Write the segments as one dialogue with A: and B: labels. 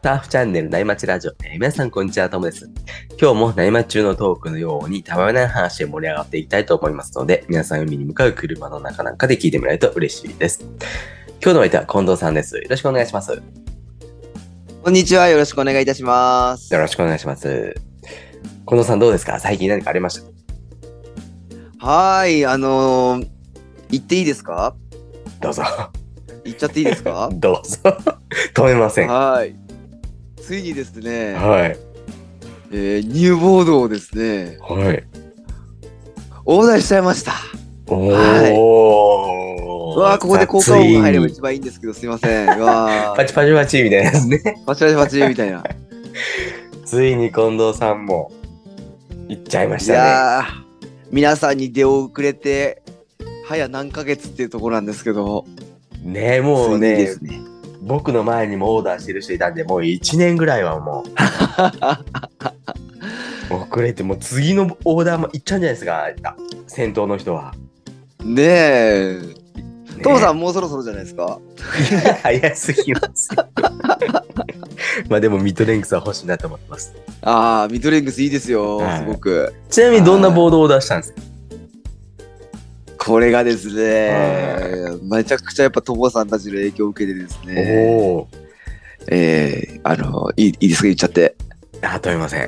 A: ターフチャンネル内町ラジオ、えー皆さんこんにちは、ともです。今日も内町中のトークのようにたわいない話で盛り上がっていきたいと思いますので、皆さん海に向かう車の中なんかで聞いてもらえると嬉しいです。今日のお相手は近藤さんです。よろしくお願いします。よ
B: こんにちは。よろしくお願いいたします。
A: ろしくお願いします。近藤さんどうですか最近何かありました
B: はーい。あのー、言っていいですか
A: どうぞ。
B: 言っちゃっていいですか
A: どうぞ。止めません。は
B: はーい。ついにですね
A: い。、はい。
B: えー、入ボードをですね、オーダーしちゃいました。
A: おー。
B: うわー、ここで効果音が入れば
A: さ
B: 一番いいんですけど、すい ません。う
A: あつい
B: わ
A: にパ
B: ー、
A: チパチパチみたいなやつね。
B: パチパチパチみたいな。
A: ついに近藤さんも行っちゃいまし
B: い
A: たね。
B: やー、皆さんに出遅れて、早何ヶ月っていうところなんですけど、
A: ねえもう
B: ついにで
A: ね
B: すね。
A: 僕の前にもオーダーしてる人いたんでもう1年ぐらいはも う遅れてもう次のオーダーも行っちゃうんじゃないですかあ先頭の人は。
B: ねえ。
A: ね
B: 父さん、もうそろそろじゃないですか
A: 早すぎます。 まあでもミッドレンクスは欲しいなと思ってます。
B: あー、ミッドレングスいいですよ。
A: はい
B: すごく。
A: ちなみにどんなボードをオーダーしたんですか
B: これがですね、めちゃくちゃやっぱトモさんたちの影響を受けてですね、
A: おお。
B: えー、あの、いいいいですか言っちゃって。
A: あ、とめません。
B: は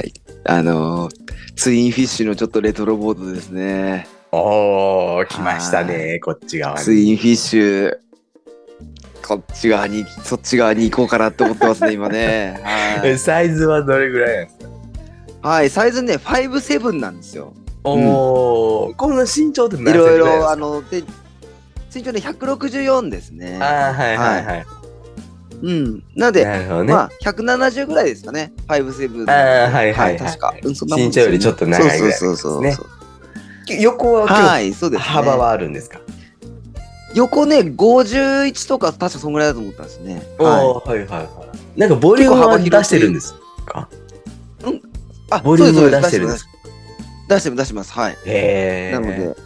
B: い。あの、ツインフィッシュのちょっとレトロボードですね。
A: おお、来ましたね、こっち側に。
B: ツインフィッシュ、こっち側に、そっち側に行こうかなって思って ますね、今ね。は
A: え
B: い
A: サイズはどれぐらいなんですか
B: はい、サイズね、57なんですよ。
A: おお、こんな身長って
B: い
A: 何センチぐら
B: ろい
A: いなんです
B: ろ、
A: か
B: あの、で、身長ね、164ですね。
A: あーはいはいはい。
B: うん。なので、
A: なるほどね。
B: まあ、170ぐらいですかね。5-7。
A: あーはいはいはい
B: 確か。うんそんなもん
A: 身長よりちょっと長いぐらい。
B: そうそうそうそう。
A: ね横は今
B: はい、そう
A: 日
B: です、ね。
A: 幅。はあるんですか
B: 横ね、51とか、確かそんぐらいだと思ったんですね。
A: お
B: は
A: おーはいはいはい。なんかボリュームは出してるんですか
B: い、あ
A: ボリューム
B: そう
A: は出してるん
B: で
A: です
B: す。出してます、出してます。はい。
A: へえ。
B: なので、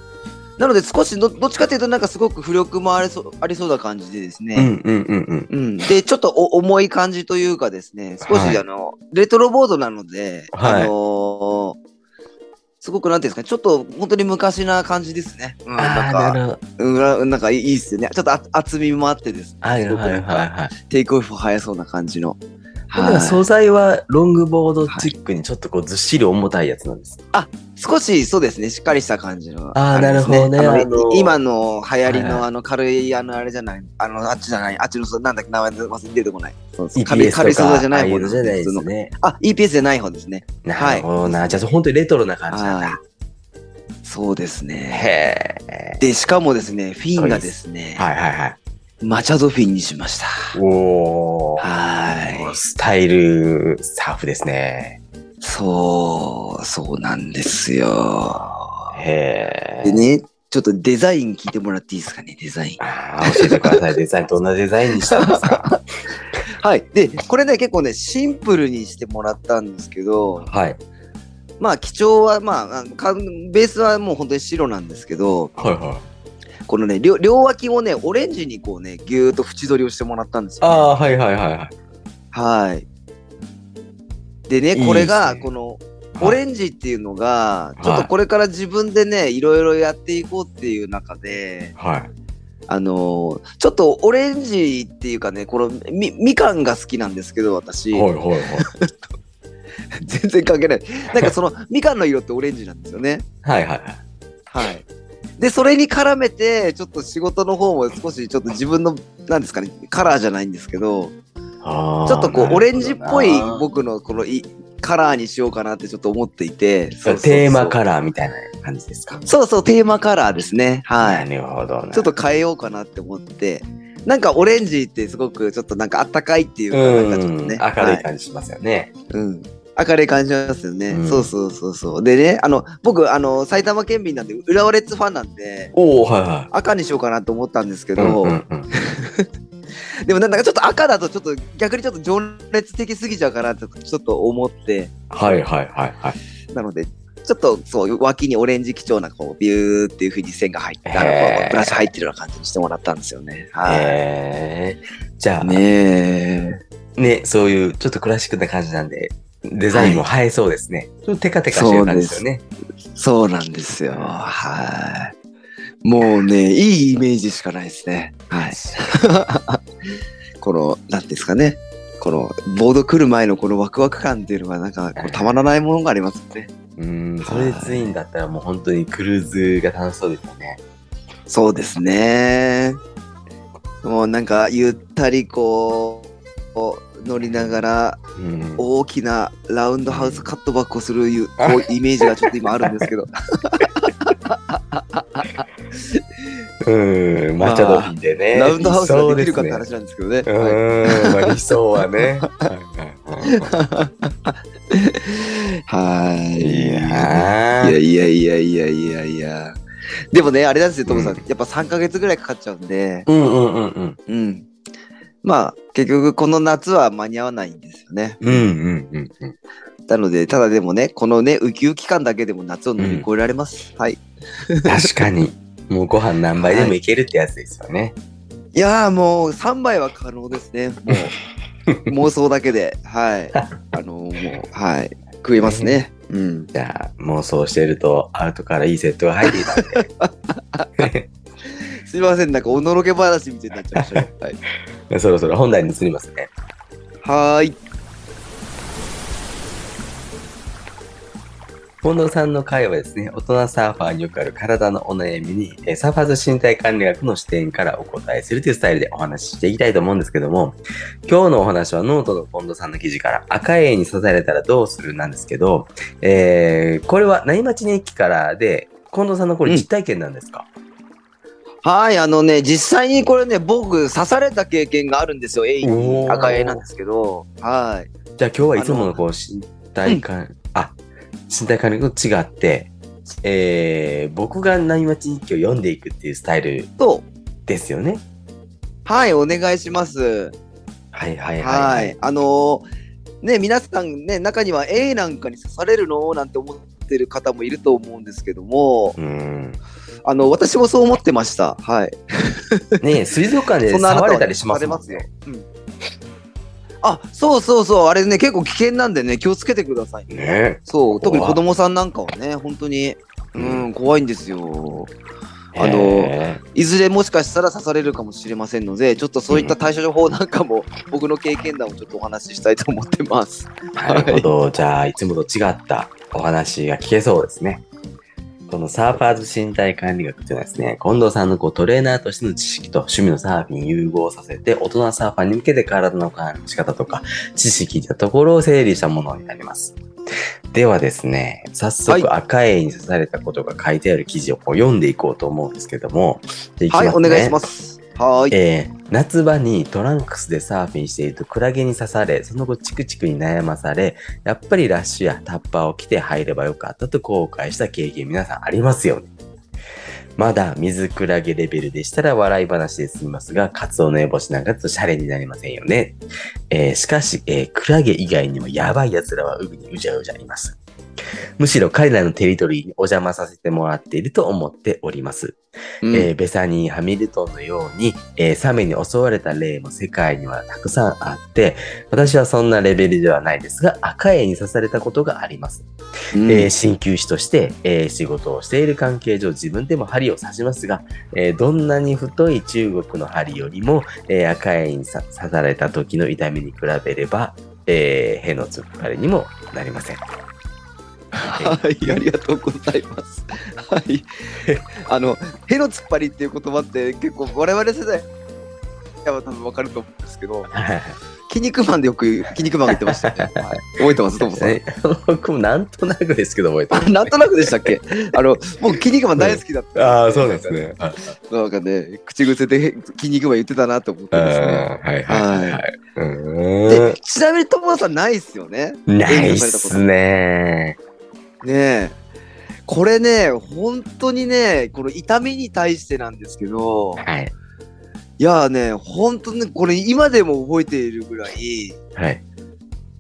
B: なので少しど、どっちかというと、なんかすごく浮力もありそうありそうな感じでです
A: う
B: ね。
A: んうんうんうん。
B: うんで、ちょっとお重い感じというかですね、少し、
A: はい
B: あの、レトロボードなので、
A: はい
B: あのーすごくなんていうんですかね、ちょっと本当に昔な感じですね。うん、なん
A: ああ、
B: か、
A: なるほど。
B: うんらなんかいいいっすよね。ちょっとあ厚みもあってですね、
A: はいはいはい
B: すごくなん
A: はい。
B: テイクオフ早そうな感じの。
A: なんか
B: はい
A: 素材はロングボードチックにちょっとこうずっしり重たいやつなんです。
B: 少しそうですね、しっかりした感じの。
A: あー
B: れです
A: なるほどね
B: あの
A: あの
B: 今の流行り
A: はい
B: のあの軽い、あのあれじゃない、あの、あっちじゃない、あっちの、そうなんだっけ、名前忘れ出てこない。そうそう
A: EPS
B: 軽い軽い
A: とか
B: 素材じゃない
A: ああ
B: 方
A: う
B: で
A: の
B: す
A: じゃ
B: ね
A: ないで
B: 普通
A: す
B: の
A: ね。
B: あ、EPS じゃない方ですね。
A: なるほどな。じゃあ本当にレトロな感じなんだ。
B: はい。そうですね。
A: へえ。
B: で、しかもですね、フィンがですね、
A: はいはいはい。
B: マチャドフィンにしました。
A: おお。
B: は
A: スタイルサーフですね。
B: い。そう、そうなんですよ。
A: へ
B: で
A: え。
B: ね、ちょっとデザイン聞いてもらっていいですかね、デザイン。
A: ああ、教えてください。デザイン、どんなデザインにしたんですか
B: はい。で、これね、結構ね、シンプルにしてもらったんですけど、
A: はい。
B: まあ、基調は、まああの、かベースはもう本当に白なんですけど、
A: はいはい。
B: このね、両両脇をね、オレンジにこうね、ぎゅーっと縁取りをしてもらったんですよ、
A: ああ、はいはいはいはい。
B: はい。で
A: いいです
B: ね、
A: ね
B: これが、この、オレンジっていうのが、ちょっとこれから自分でね、いろいろやっていこうっていう中で、
A: はい。
B: あのーちょっとオレンジっていうかね、このみ、みかんが好きなんですけど、私、
A: はいはいはい。
B: 全然関係ない。なんかその、 みかんの色ってオレンジなんですよね。
A: はいはいはい。
B: はい。で、それに絡めて、ちょっと仕事の方も少し、ちょっと自分の、なんですかね、カラーじゃないんですけど、
A: あー
B: ちょっとこ
A: なるほど
B: う、
A: な
B: オレンジっぽい僕のこのいカラーにしようかなってちょっと思っていて。そうそうそう
A: テーマカラーみたいな感じですか
B: そうそう、テーマカラーですね。は。
A: ないるほどな。
B: ちょっと変えようかなって思って。なんかオレンジってすごくちょっとなんかあったかいっていうか、
A: うん、
B: なんか
A: 明
B: ちょっ
A: る
B: とね。
A: い
B: はい
A: 感じしますよね。
B: うん。明るい感じなんですよね、
A: うん
B: そうそうそうそう。でね、あの、僕、あの、埼玉県民なんで、浦和レッズファンなんで、
A: おおはいは
B: 赤にしようかなと思ったんですけ
A: い。うん
B: ど、
A: うんうん
B: でもなんかちょっと赤だとちょっと逆にちょっと情熱的すぎちゃうかなってちょっと思って、
A: はいはいはいはい。
B: なので、ちょっとそう脇にオレンジ基調なこうビューっていう風に線が入ってあの
A: へー
B: こうブラシ入ってるような感じにしてもらったんですよね。はい。
A: えー、じゃあ、ね
B: ねえ。
A: そういうちょっとクラシックな感じなんで、デザインも映えそうですね。ちょっとテカテカしてる感じですよね。
B: そうなんですよ。はい。もうね、いいイメージしかないですね。はい。この、なんですかね。この、ボード来る前のこのワクワク感っていうのが、なんかこう、たまらないものがありますね。
A: うん、それでツインだったらもう本当にクルーズが楽しそうですよね。
B: そうですね。もうなんか、ゆったりこう、こう乗りながら、
A: うん、
B: 大きなラウンドハウスカットバックをするいうこうイメージがちょっと今あるんです けど。
A: うん、抹茶ドーヒーでね。
B: ラウンドハウスができるかって
A: 理
B: 話なんですけどね。
A: 想ですね。
B: はい
A: うん、まあ理想はね。
B: はい。
A: いや
B: いや
A: ー
B: いやいやいやいやいや。でもね、あれなんですよ、トムさん。
A: うん
B: やっぱ3ヶ月ぐらいかかっちゃうんで、
A: うんうんうんうん。
B: うん。まあ、結局この夏は間に合わないんですよね。
A: うんうんうんうん。
B: なので、ただでもね、このね、ウキウキ感だけでも夏を乗り越えられます。はい。
A: 確かに。もうご飯何杯でもいけるってやつですよね。
B: いやーもう3杯は可能ですね。も う、妄想だけで。はい。あのーもう、はい。食えますね。 うん。
A: じゃあ、妄想してると、アウトからいいセットが入っていたん
B: すいません、なんかおのろけ話みたいになっちゃいましたね。 はい。
A: で、そろそろ本題に移りますね。
B: はーい。
A: 近藤さんの会はですね、大人サーファーによくある体のお悩みに、えーサーファーズ身体管理学の視点からお答えするというスタイルでお話ししていきたいと思うんですけども、今日のお話はノートの近藤さんの記事から赤い絵に刺されたらどうするなんですけど、えーこれは何町に駅からで、近藤さんのこれ
B: うん
A: 実体験なんですか、
B: はい、あのね、実際にこれね、僕、刺された経験があるんですよ、エイ
A: お
B: に
A: ー
B: 赤い絵なんですけど、はい。
A: じゃあ今日はいつものこう身体管、あ、身体管理学と違って、えー僕が何町日記を読んでいくっていうスタイル
B: と、
A: ですよね。
B: はい、お願いします。
A: はいはいはい、
B: はい、あのーね、皆さんね、中には、エイなんかに刺されるのなんて思ってる方もいると思うんですけども、
A: うん
B: あの、私もそう思ってました。はい。
A: ねえ、水族館で
B: そんなあなた
A: 触れ
B: は
A: たりしま
B: 刺さ
A: す
B: れ
A: も
B: ま
A: ん
B: すよ
A: ね。。
B: うんあ、そうそうそう、あれね、結構危険なんでね、気をつけてくださいね。
A: ね
B: そう、特に子供さんなんかはね、本当に、うん、怖いんですよ。あの
A: へ
B: いずれもしかしたら刺されるかもしれませんので、ちょっとそういった対処法なんかも、僕の経験談をちょっとお話ししたいと思ってます。
A: えなるほど。じゃあ、いつもと違ったお話が聞けそうですね。このサーファーズ身体管理学というのはですね、近藤さんのこうトレーナーとしての知識と趣味のサーフィンを融合させて、大人サーファーに向けて体の管理の仕方とか、知識やところを整理したものになります。ではですね、早
B: はい
A: 速赤絵に刺されたことが書いてある記事をこう読んでいこうと思うんですけども、じゃあ
B: はい、
A: いき
B: お
A: ますね
B: 願いします。はーい。
A: えー夏場にトランクスでサーフィンしているとクラゲに刺されその後チクチクに悩まされやっぱりラッシュやタッパーを着て入ればよかったと後悔した経験皆さんありますよねまだ水クラゲレベルでしたら笑い話で済みますがカツオの烏帽子なんかだとシャレになりませんよね、えーしかし、えークラゲ以外にもやばい奴らは海にうじゃうじゃいますむしろ彼らのテリトリーにお邪魔させてもらっていると思っております
B: うん
A: えーベサニー・ハミルトンのように、えーサメに襲われた例も世界にはたくさんあって、私はそんなレベルではないですが、赤絵に刺されたことがあります。
B: うん
A: えー鍼灸師として、えー仕事をしている関係上自分でも針を刺しますが、えーどんなに太い中国の針よりも、えー赤絵に刺刺された時の痛みに比べれば、えー、へのつっかれにもなりま せん。
B: はい、ありがとうございます。 はい。あの、への突っ張りっていう言葉って、結構我々世代は多分わかると思うんですけど、筋肉マンでよく筋肉マンが言ってました ね。はい、覚えてます、トムさん。
A: 僕もなんとなくですけど覚えてま
B: あなんとなくでしたっけあの、僕、筋肉マン大好きだったんで、
A: す。ああ、そうなんですね。
B: なんかね、口癖で筋肉マン言ってたなと思ってですね。
A: あーはいい。
B: で
A: う、
B: ちなみに友田さんないっすよね。
A: ーん。ないっすね。
B: ねえ。これね、本当にね、この痛みに対してなんですけど、
A: はい。
B: いやーね、本当にこれ今でも覚えているぐらい、
A: はい。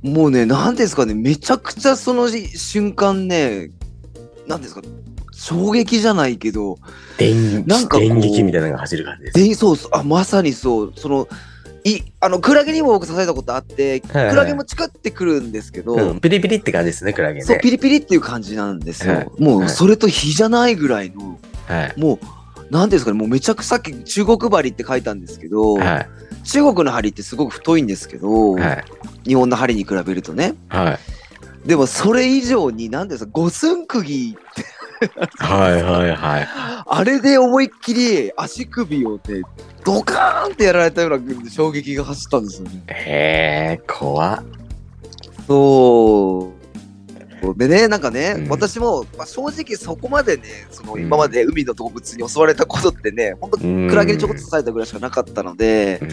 B: もうね、なんですかね、めちゃくちゃその瞬間ね、なんですか、衝撃じゃないけど、
A: 電
B: なんかこう
A: 電撃みたいなのが走る感じです。
B: で、そうそう、あ、まさにそう、その、い、あの、クラゲにも僕刺されたことあって、ク
A: はいはい
B: ラゲもチクってくるんですけど、
A: うん、ピリピリって感じですね、クラゲね。
B: そう、ピリピリっていう感じなんですよ。
A: はい
B: も
A: は
B: う、
A: い
B: それと比じゃないぐらいの、
A: はい。
B: もう、なんていうんですかね、もうめちゃくちゃさっき中国針って書いたんですけど、
A: はい。
B: 中国の針ってすごく太いんですけど、
A: はい。
B: 日本の針に比べるとね。
A: はい。
B: でもそれ以上に何ですか五寸釘
A: はい。はい。はい。
B: あれで思いっきり足首をねドカーンってやられたような衝撃が走ったんですよね。
A: えー、怖っ
B: そうでねなんかね、
A: うん
B: 私も、まあ、正直そこまでねその
A: うん
B: 今まで海の動物に襲われたことってねほんと
A: うん
B: クラゲにちょこっと刺されたぐらいしかなかったので
A: うん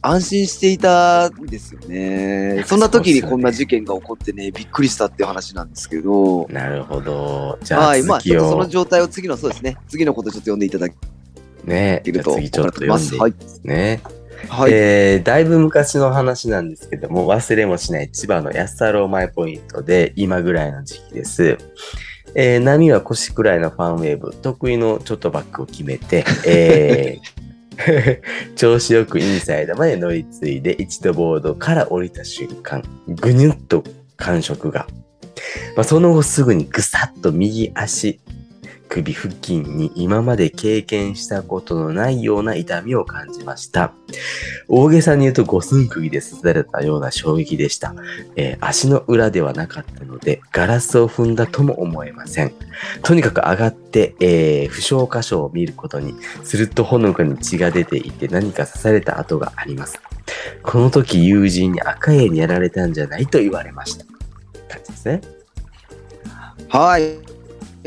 B: 安心していたんですよね。そんな時にこんな事件が起こってねびっくりしたっていう話なんですけど。
A: なるほど。じゃあ
B: はい、まあ、ち
A: 次
B: ょっとそ
A: を、
B: の状態を次の、そうですね、次のことちょっと読んでいただけ
A: ね、じ
B: る
A: ゃあ
B: と、
A: 次ちょっと読ん
B: ま。
A: ですい
B: はい
A: き。ますね。
B: はい。
A: えーだいぶ昔の話なんですけども忘れもしない千葉の安太郎マイポイントで今ぐらいの時期です、えー波は腰くらいのファンウェーブ得意のちょっとバックを決めて、え ー調子よくインサイドまで乗り継いで一度ボードから降りた瞬間ぐにゅっと感触が、まあ、その後すぐにぐさっと右足首付近に今まで経験したことのないような痛みを感じました大げさに言うと五寸釘で刺されたような衝撃でした、えー足の裏ではなかったのでガラスを踏んだとも思えませんとにかく上がって、えー負傷箇所を見ることにするとほのかに血が出ていて何か刺された跡がありますこの時友人に赤絵にやられたんじゃないと言われました感じですね
B: はい。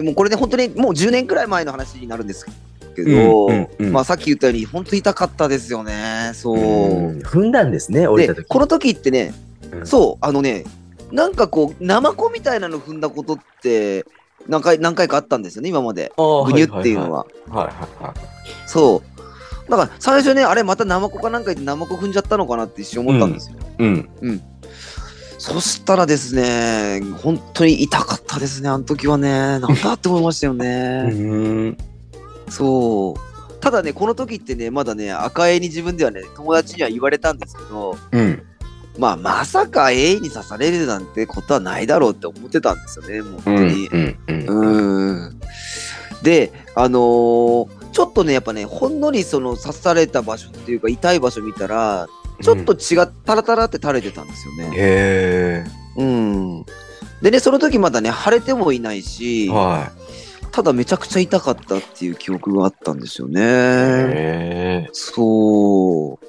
B: もうこれね、本当にもう10年くらい前の話になるんですけど、
A: うんうんうん
B: まあ、さっき言ったように、本当に痛かったですよね。そう。
A: うん踏んだんですね降り
B: で
A: た時、
B: この時ってね、
A: うん
B: そう、あのね、なんかこう、ナマコみたいなの踏んだことって、何回、何回かあったんですよね、今まで。
A: あー
B: ぐにゅっていうのは。
A: はいはいはい
B: そう。だから、最初ね、あれ、またナマコかなんか言って、ナマコ踏んじゃったのかなって一瞬思ったんですよ。
A: うん
B: そしたらですね、本当に痛かったですね、あの時はね。なんだって思いましたよ
A: う
B: ね。
A: ん
B: そう。ただね、この時ってね、まだね、赤江に自分ではね、友達には言われたんですけど、
A: うん
B: まあ、まさか A に刺されるなんてことはないだろうって思ってたんですよね、もう
A: う
B: 本当
A: ん
B: に。
A: うん
B: うーん。で、あのーちょっとね、やっぱね、ほんのりその刺された場所っていうか、痛い場所見たら、ちょっと血がタラタラって垂れてたんですよね。
A: へ
B: うん。でね、その時まだね、腫れてもいない
A: え
B: し、
A: は
B: ただめちゃくちゃ痛かったっていう記憶があったんですよ
A: い
B: ね。
A: へえ
B: そう。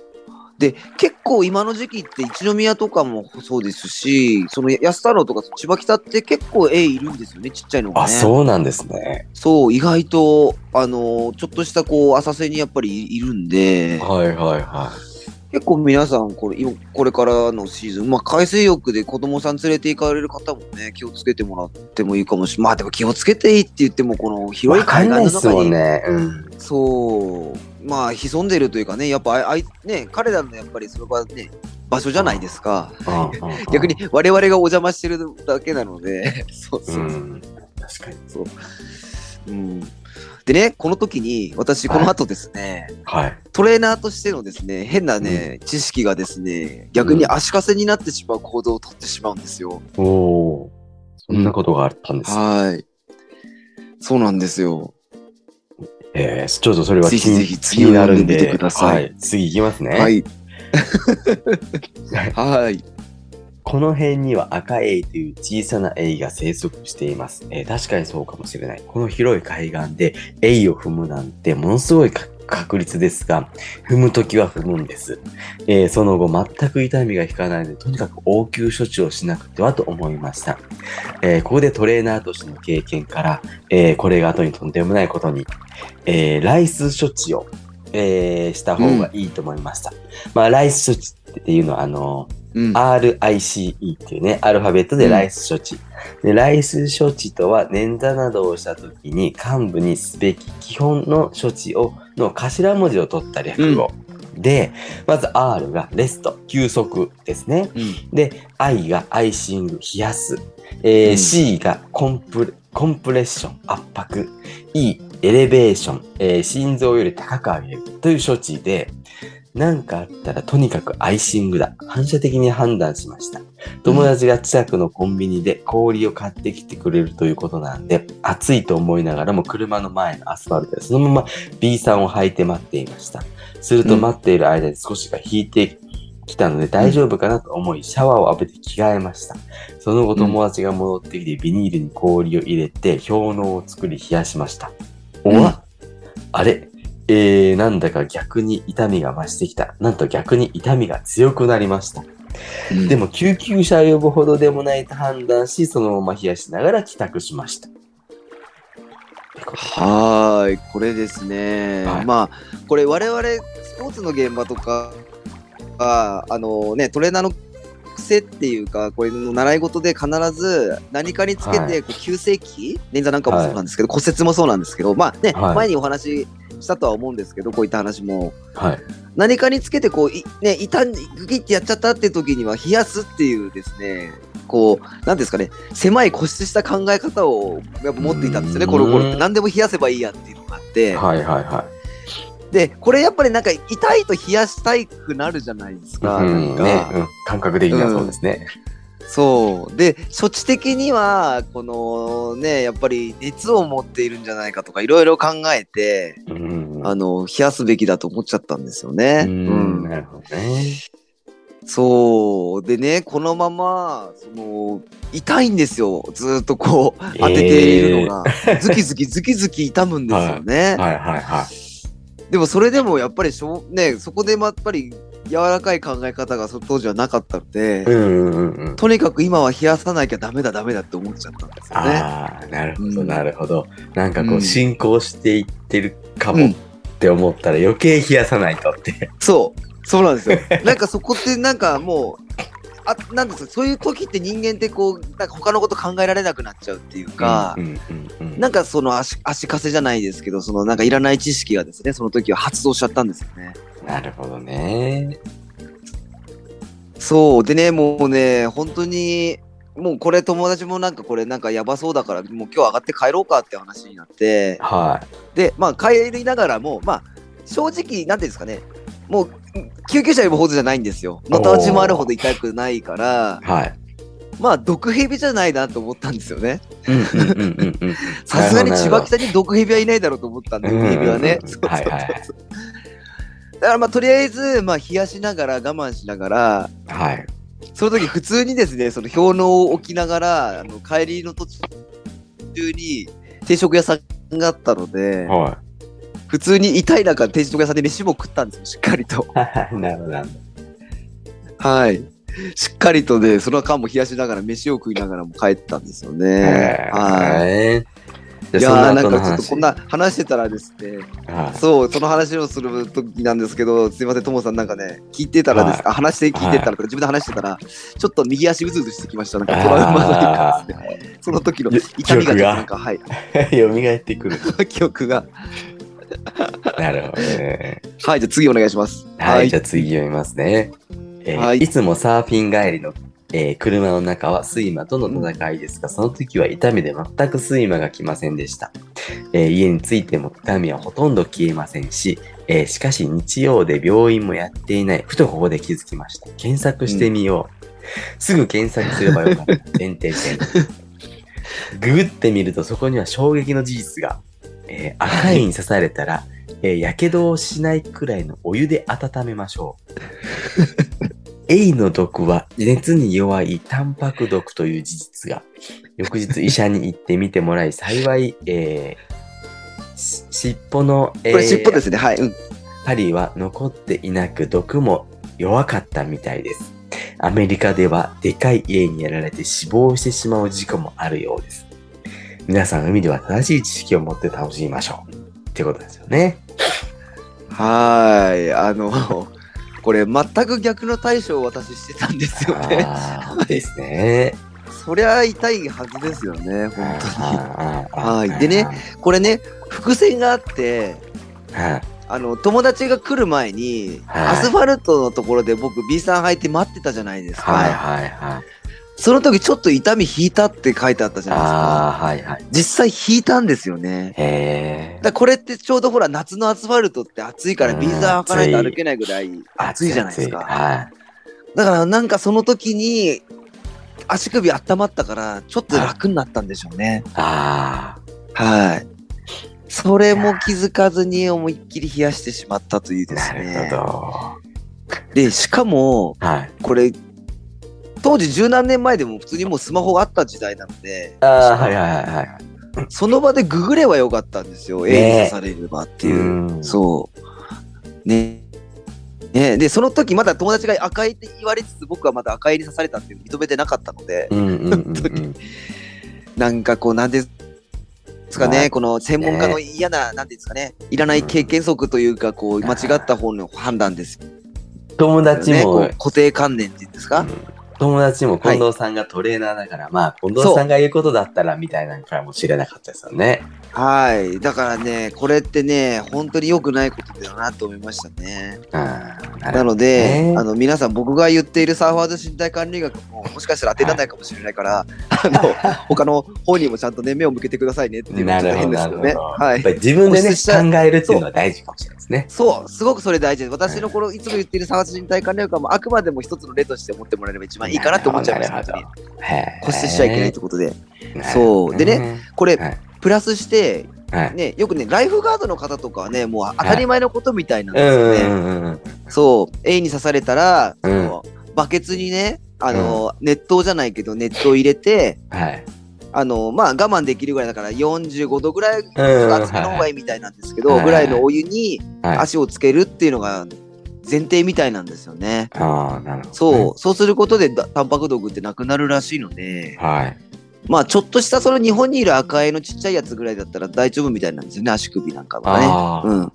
B: で、結構今の時期って一宮とかもそうですし、その安太郎とか千葉北って結構絵いるんですよね、ちっちゃいのが、ね。
A: あそうなんですね
B: そう意外と、あのちょっとしたこう浅瀬にやっぱりいるんで、
A: はいはいは
B: 結構皆さんこれ、今これからのシーズン、まあ、海水浴で子供さん連れて行かれる方もね、気をつけてもらってもいいかもしれない。まあでも気をつけていいって言っても、この
A: い
B: 広い海岸の
A: わ
B: 中
A: かん
B: に、
A: ないっすもんね
B: そう、まあ潜んでるというかね、やっぱあいあい、ね、彼らのやっぱりそれはね、場所じゃないですか。
A: うんうんうん
B: 逆に我々がお邪魔してるだけなので、 そうそう
A: う
B: そう。
A: ん確かに
B: うんでね、この時に私、この後ですね、
A: はい
B: トレーナーとしてのですね、変なね、知識がですね、逆に足かせになってしまう行動をとってしまうんですよ。
A: おおそんなことがあったんです
B: はい。そうなんですよ。
A: えーちょっとそれは
B: ぜ
A: 気
B: ひぜひ
A: に気になるんで
B: 次を読んでみてください
A: はい次いきますね
B: はい。はい。
A: この辺には赤エイという小さなエイが生息しています、えー確かにそうかもしれない。この広い海岸でエイを踏むなんてものすごいか確率ですが、踏むときは踏むんです、えーその後全く痛みが引かないので、とにかく応急処置をしなくてはと思いました。えーここでトレーナーとしての経験から、えーこれが後にとんでもないことに、えーライス処置を、えーした方がいいと思いました。まあ、ライス処置っていうのは、あの
B: うん。
A: RICE っていうね、アルファベットでライス処置。でライス処置とは、捻挫などをしたときに幹部にすべき基本の処置を、の頭文字を取った略語。で、まず R がレスト、休息ですね。
B: うん
A: で、I がアイシング、冷やす。えー
B: うん
A: C がコンプコンプレッション、圧迫、E、エレベーション、えー心臓より高く上げるという処置で、何かあったらとにかくアイシングだ。反射的に判断しました。友達が近くのコンビニで氷を買ってきてくれるということなんで、暑いと思いながらも車の前のアスファルトでそのまま B さんを履いて待っていました。すると待っている間に少しが引いてきたので大丈夫かなと思い、シャワーを浴びて着替えました。その後友達が戻ってきてビニールに氷を入れて氷のうを作り冷やしました。おわ、あれえー、なんだか逆に痛みが増してきた。なんと逆に痛みが強くなりました。でも救急車を呼ぶほどでもないと判断し、そのまま冷やしながら帰宅しました。
B: はーい、これですね。
A: はい
B: まあ、これ我々スポーツの現場とか、ああのね、トレーナーの癖っていうか、これの習い事で必ず何かにつけ
A: は
B: て、こう急性期、捻挫なんかもそうなんですけど、骨折もそうなんですけど、まあね、
A: はい
B: 前にお話ししたとは思うんですけど、こういった話も。
A: はい。
B: 何かにつけて、こう、いね、痛ん、グギってやっちゃったっていう時には、冷やすっていうですね、こう、なんですかね、狭い固執した考え方をやっぱ持っていたんですよね、
A: うん
B: この頃って。何でも冷やせばいいやっていうのがあって。
A: はいはいは
B: で、これやっぱりなんか痛いと冷やしたいくなるじゃないです
A: い。
B: か。
A: うん、
B: な
A: ね
B: ん、か
A: うん。感覚的にはそうですね。
B: そう。で、処置的には、このね、やっぱり熱を持っているんじゃないかとか、いろいろ考えて、
A: うん。
B: あの、冷やすべきだと思っちゃったんですよ
A: う
B: ね。
A: ん、なるほどね。
B: そう。でね、このまま、その、痛いんですよ。ずーっとこう、
A: えー
B: 当てているのが。ズキズキズキズキ痛むんですよね。
A: はいはいはい。
B: でもそれでもやっぱりしょう、ね、そこでもやっぱり柔らかい考え方がそ当時はなかったので、
A: うんうんうん。
B: とにかく今は冷やさなきゃダメだダメだって思っちゃったんですよね。
A: ああ、なるほ
B: う
A: ど
B: ん
A: なるほど。なんかこ
B: う
A: う、
B: ん
A: 進行していってるか
B: う
A: も
B: ん
A: って思ったら余計冷やさないとって。
B: そう。そうなんですよ。なんかそこってなんかもう、あなんですかそういう時って人間ってこうなんか他のこと考えられなくなっちゃうっていうか、
A: うんうんうん。
B: なんかその足足かせじゃないですけど、そのなんかいらない知識がですね、その時は発動しちゃったんですよね。
A: なるほどね。
B: そう。でね、もうね、本当に、もうこれ友達もなんかこれなんかやばそうだから、もう今日上がって帰ろうかって話になって、
A: はい。
B: で、まあ帰りながらも、まあ正直、なんていうんですかね、もう救急車呼ぶほどじゃないんですよ。のたうち回るほど痛くないから、
A: はい。
B: まあ毒蛇じゃないなと思ったんですよね。
A: うんうんうんうんうん。
B: さすがに千
A: な
B: 葉
A: るほど
B: 北に毒蛇はいないだろうと思ったんで、蛇はね。
A: うんうん
B: そううんそう
A: はい
B: そう
A: はいはい
B: だからまあとりあえず、まあ冷やしながら我慢しながら、
A: はい。
B: その時普通にですね、その氷のうを置きながら、あの帰りの途中に定食屋さんがあったので、
A: は
B: 普通に痛い中、定食屋さんで飯も食ったんですよ、しっかりと。
A: い。なるほどなるほ
B: はい。しっかりとね、その間も冷やしながら、飯を食いながらも帰ったんですよ
A: ど。。
B: ね。はいい。
A: い
B: いやーなんかちょっとこん
A: は
B: な話してたらですね、
A: い
B: そう、その話をする時なんですけど、すいません、ともさんなんかね、聞いてたらですか、あ話して聞いてたらとか、自分で話してたら、ちょっと右足うずうずしてきました。なんかトラウマないかですね。 その時の
A: よ
B: 痛みが
A: 記憶が
B: なんか、はい、
A: 蘇ってくる。
B: 記憶が。
A: なるほどね。
B: はい、じゃあ次お願いします。
A: はい、じゃあ次読みますね。えー
B: はい
A: い、つもサーフィン帰りの、えー車の中は睡魔との戦いですが、その時は痛みで全く睡魔が来ませんでした。えー家に着いても痛みはほとんど消えませんし、えーしかし日曜で病院もやっていない。ふとここで気づきました。検索してみよう。すぐ検索すればよかった。点点点。ググってみるとそこには衝撃の事実が。えー赤いに刺されたら、えー、やけどをしないくらいのお湯で温めましょ う。エイの毒は熱に弱いタンパク毒という事実が、翌日医者に行ってみてもらい、幸い、えーし尻尾の、えー
B: これ尻尾ですね。はい。うん。
A: 針は残っていなく毒も弱かったみたいです。アメリカではでかい家にやられて死亡してしまう事故もあるようです。皆さん海では正しい知識を持って楽しみましょう。ってことですよね。
B: はーい。あの、これ全く逆の対処を私してたんですよね。
A: あーですね。
B: そりゃ痛いはずですよね、本当に。
A: あー
B: はいでね。これね、伏線があって、
A: あー
B: あの友達が来る前に、
A: はい
B: アスファルトのところで僕 B さん履いて待ってたじゃないですか、
A: はいはいはいはい。
B: その時ちょっと痛み引いたって書いてあったじゃないですか。
A: ああ、はいはい。
B: 実際引いたんですよね。
A: へえ。
B: だからこれってちょうどほら夏のアスファルトって暑いからビーザー履かないと歩けないぐらい暑いじゃないです
A: 暑
B: か。
A: は
B: だからなんかその時に足首温まったからちょっと楽になったんでしょうね
A: い。。あ
B: はい。それも気づかずに思いっきり冷やしてしまったという
A: あ、
B: です
A: な
B: ね。
A: るほ
B: で、しかも、
A: ど。はい。
B: これ、当時十何年前でも普通にもうスマホがあった時代なので、
A: ああ、はいはいはいはい。っ
B: その場でググればよかったんですよ。
A: ねえ
B: 絵に刺されればっていう。そう。ね。ね、で、その時まだ友達が赤いって言われつつ僕はまだ赤いに刺されたっていうの認めてなかったので、
A: うん。うんうんうんうん。
B: なんかこう、なんでですか
A: は
B: ね、
A: い
B: この専門家の嫌な、なんていうんですかね、いらない経験則というか、こう、間違った方の判断ですよ
A: 友達
B: ね。こ
A: も
B: う、固定観念って言うんです
A: う
B: か
A: ん友達も近藤さんがトレーナーだから、まあ、近藤さんが言うことだったらみたいなのかもしれなかったですよね。
B: はい。だからね、これってね、本当に良くないことだなと思いましたね。
A: うん。な
B: な
A: るほど
B: ので
A: ね、
B: あの、皆さん、僕が言っているサーファーズ身体管理学も、もしかしたら当てられないかもしれないから、あ の、他の方にもちゃんとね、目を向けてくださいねっていうの
A: な
B: はちょっ
A: る
B: と
A: ほど
B: 変で
A: な
B: すけ
A: る
B: ど
A: ほど。
B: ね。は
A: やっ
B: い
A: ぱ。り自分でね、
B: お寿司屋
A: 考えるっていうのは大事かもしれないですね。
B: そう、すごくそれ大事です。私のこのいつも言っている探し人体管理学はもうあくまでも一つの例として思ってもらえれば一番いいかなって思っちゃいました。
A: なるほど
B: 本当に
A: へー
B: 固執しちゃいけないってことで。
A: なるほ
B: そ
A: ど
B: う。でね、、これ
A: はい
B: プラスして、
A: はい。
B: ね、よくね、ライフガードの方とかはね、もう当たり前のことみたいなん
A: う
B: ですよ
A: ん
B: ね。
A: うんうんうん。
B: そう、A に刺されたら、
A: うん
B: そのバケツにね、あの、熱湯じゃないけど熱湯入れて、
A: はい。
B: あの、まあ我慢できるぐらいだから45度ぐらい、ちょっ
A: うんうん
B: と
A: はい
B: 熱めの方がいいみたいなんですけ
A: はい
B: ど、
A: はい
B: ぐらいのお湯に
A: はい。
B: 足をつけるっていうのが前提みたいなんですよね。
A: ああ、なるほど。
B: そう、。そうすることでだタンパク毒ってなくなるらしいので、
A: はい。
B: まあちょっとしたその日本にいる赤いのちっちゃいやつぐらいだったら大丈夫みたいなんですよね、足首なんかはね。
A: あ
B: うん。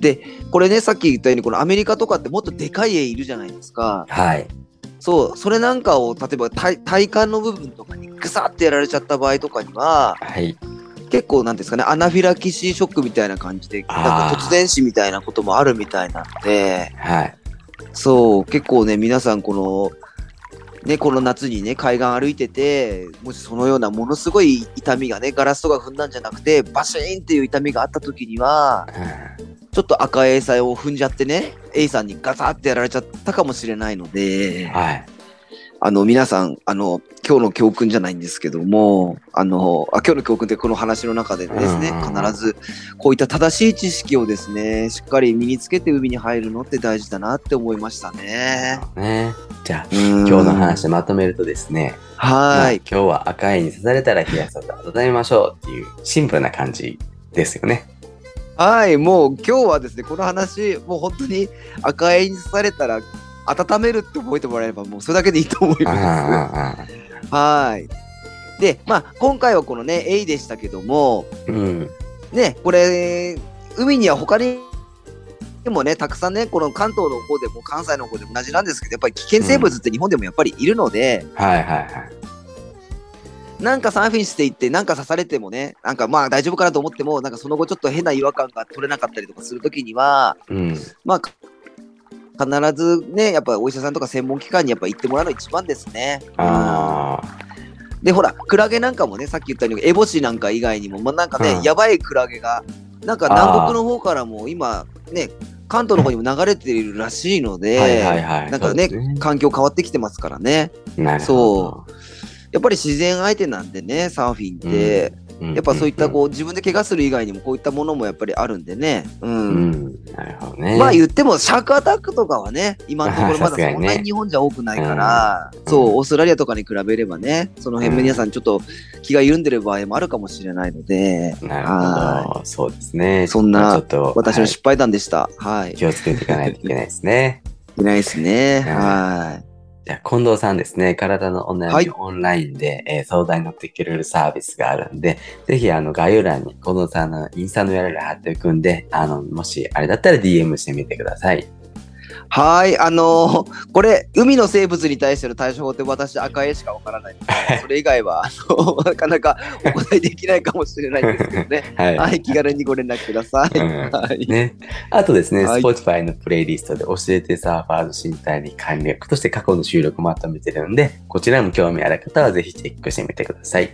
B: で、これね、さっき言ったように、このアメリカとかってもっとでかい絵いるじゃないですか。
A: あ。はい。
B: そう、それなんかを、例えば体体幹の部分とかにグサってやられちゃった場合とかには、
A: はい。
B: 結構なんですかね、アナフィラキシーショックみたいな感じで、
A: あー
B: なんか突然死みたいなこともあるみたいなので、
A: はい。
B: そう、結構ね、皆さん、この、ね、この夏にね、海岸歩いてて、もしそのようなものすごい痛みがね、ガラスとか踏んだんじゃなくて、バシーンっていう痛みがあった時には、
A: うん
B: ちょっと赤いエイサイを踏んじゃってね、エイさんにガサってやられちゃったかもしれないので、
A: はい。
B: あの、皆さん、あの、今日の教訓じゃないんですけども、あの、あ今日の教訓ってこの話の中でですね、
A: うん
B: 必ず、こういった正しい知識をですね、しっかり身につけて海に入るのって大事だなって思いましたね。
A: ね。じゃあ、
B: 今
A: 今日の話まとめるとですね、ま
B: は
A: あ
B: ー
A: 今
B: い。
A: 日は赤いに刺されたら冷やさず温めましょうっていうシンプルな感じですよね。
B: はい。もう今日はですね、この話、もう本当に赤いに刺されたら温めるって覚えてもらえれば、もうそれだけでいいと思い
A: うんうん
B: ま
A: う
B: す。はーい。で、まあ今回はこのね、エイでしたけども、
A: んうん
B: ね、これ、海には他に、もね、たくさんね、この関東の方でも関西の方でも同じなんですけど、やっぱり危険生物って日本でもやっぱりいるので、
A: はいはいはい。
B: なんかサーフィンしていって、なんか刺されてもね、なんかまあ大丈夫かなと思っても、なんかその後ちょっと変な違和感が取れなかったりとかするときには、
A: うん。
B: まあ、か必ずね、やっぱお医者さんとか専門機関にやっぱ行ってもらうのが一番ですね。
A: ああ。
B: で、ほら、クラゲなんかもね、さっき言ったように、エボシなんか以外にも、まあ、なんかね、
A: うん
B: やばいクラゲが、なんか南国の方からも今、ね、関東の方にも流れているらしいので、
A: はいはいはい。
B: なんかね
A: そうですね
B: 環境変わってきてますからね。
A: なるほど
B: そやっぱり自然相手なんでね、サーフィンって。やっぱそういったこう自分で怪我する以外にもこういったものもやっぱりあるんでね。う。
A: うんん。なるほどね。
B: まあ言ってもシャークアタックとかはね、今のところま
A: さ
B: だ
A: すが
B: そ
A: に
B: ん
A: ね
B: なに日本じゃ多くないから、そうう、オーストラリアとかに比べればね、その辺
A: うん
B: 皆さんちょっと気が緩んでる場合もあるかもしれないので、
A: なるほど。そうですね。
B: そんな
A: ちょっと、
B: 私
A: は
B: の
A: い
B: 失敗談でした。はい。
A: 気をつけていかないといけないですね。
B: いないですね。
A: うん
B: はい。
A: じゃあ、近藤さんですね、体のお悩み、
B: はい
A: オンラインで、えー相談に乗ってくれるサービスがあるんで、ぜひ、あの、概要欄に近藤さんのインスタの URL 貼っておくんで、あの、もし、あれだったら DM してみてください。
B: はい、あのーこれ、海の生物に対しての対処法って私、赤絵しかわからないの で、それ以外は、あのなかなかお答えできないかもしれないんですけどね。
A: はい。
B: はい、気軽にご連絡ください。
A: うん
B: はい。
A: ね、あとですね、
B: はい
A: Spotify のプレイリストで教えてサーファーズ身体に簡略として過去の収録まとめてるので、こちらも興味ある方はぜひチェックしてみてください。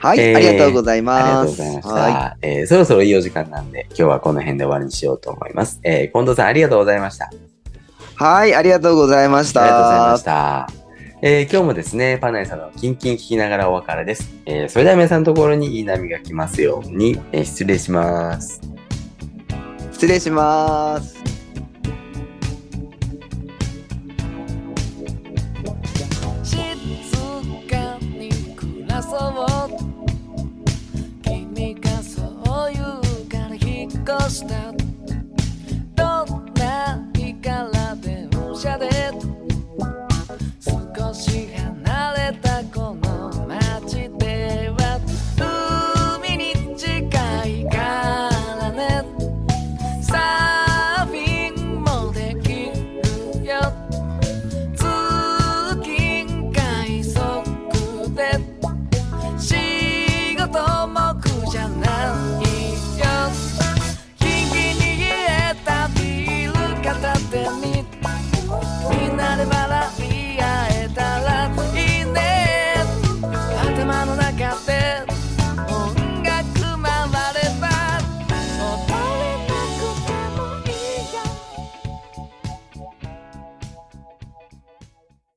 B: はい、
A: えー
B: ありがとうござい
A: ありが
B: ま
A: とうご
B: す。
A: ざいました。
B: は
A: えーそろそろいいお時間なんで、今日はこの辺で終わりにしようと思います。えー近藤さんありがとうございました。あり
B: い、はい、ありがとうございまし
A: がとうございま
B: た
A: し。た。えー今日もですね、パナイさんのキンキン聞きながらお別れです。えーそれでは皆さんのところにいい波が来ますように、えー失礼します。
B: 失礼します。
C: 静かに暮らそう君がそう言うから引っ越した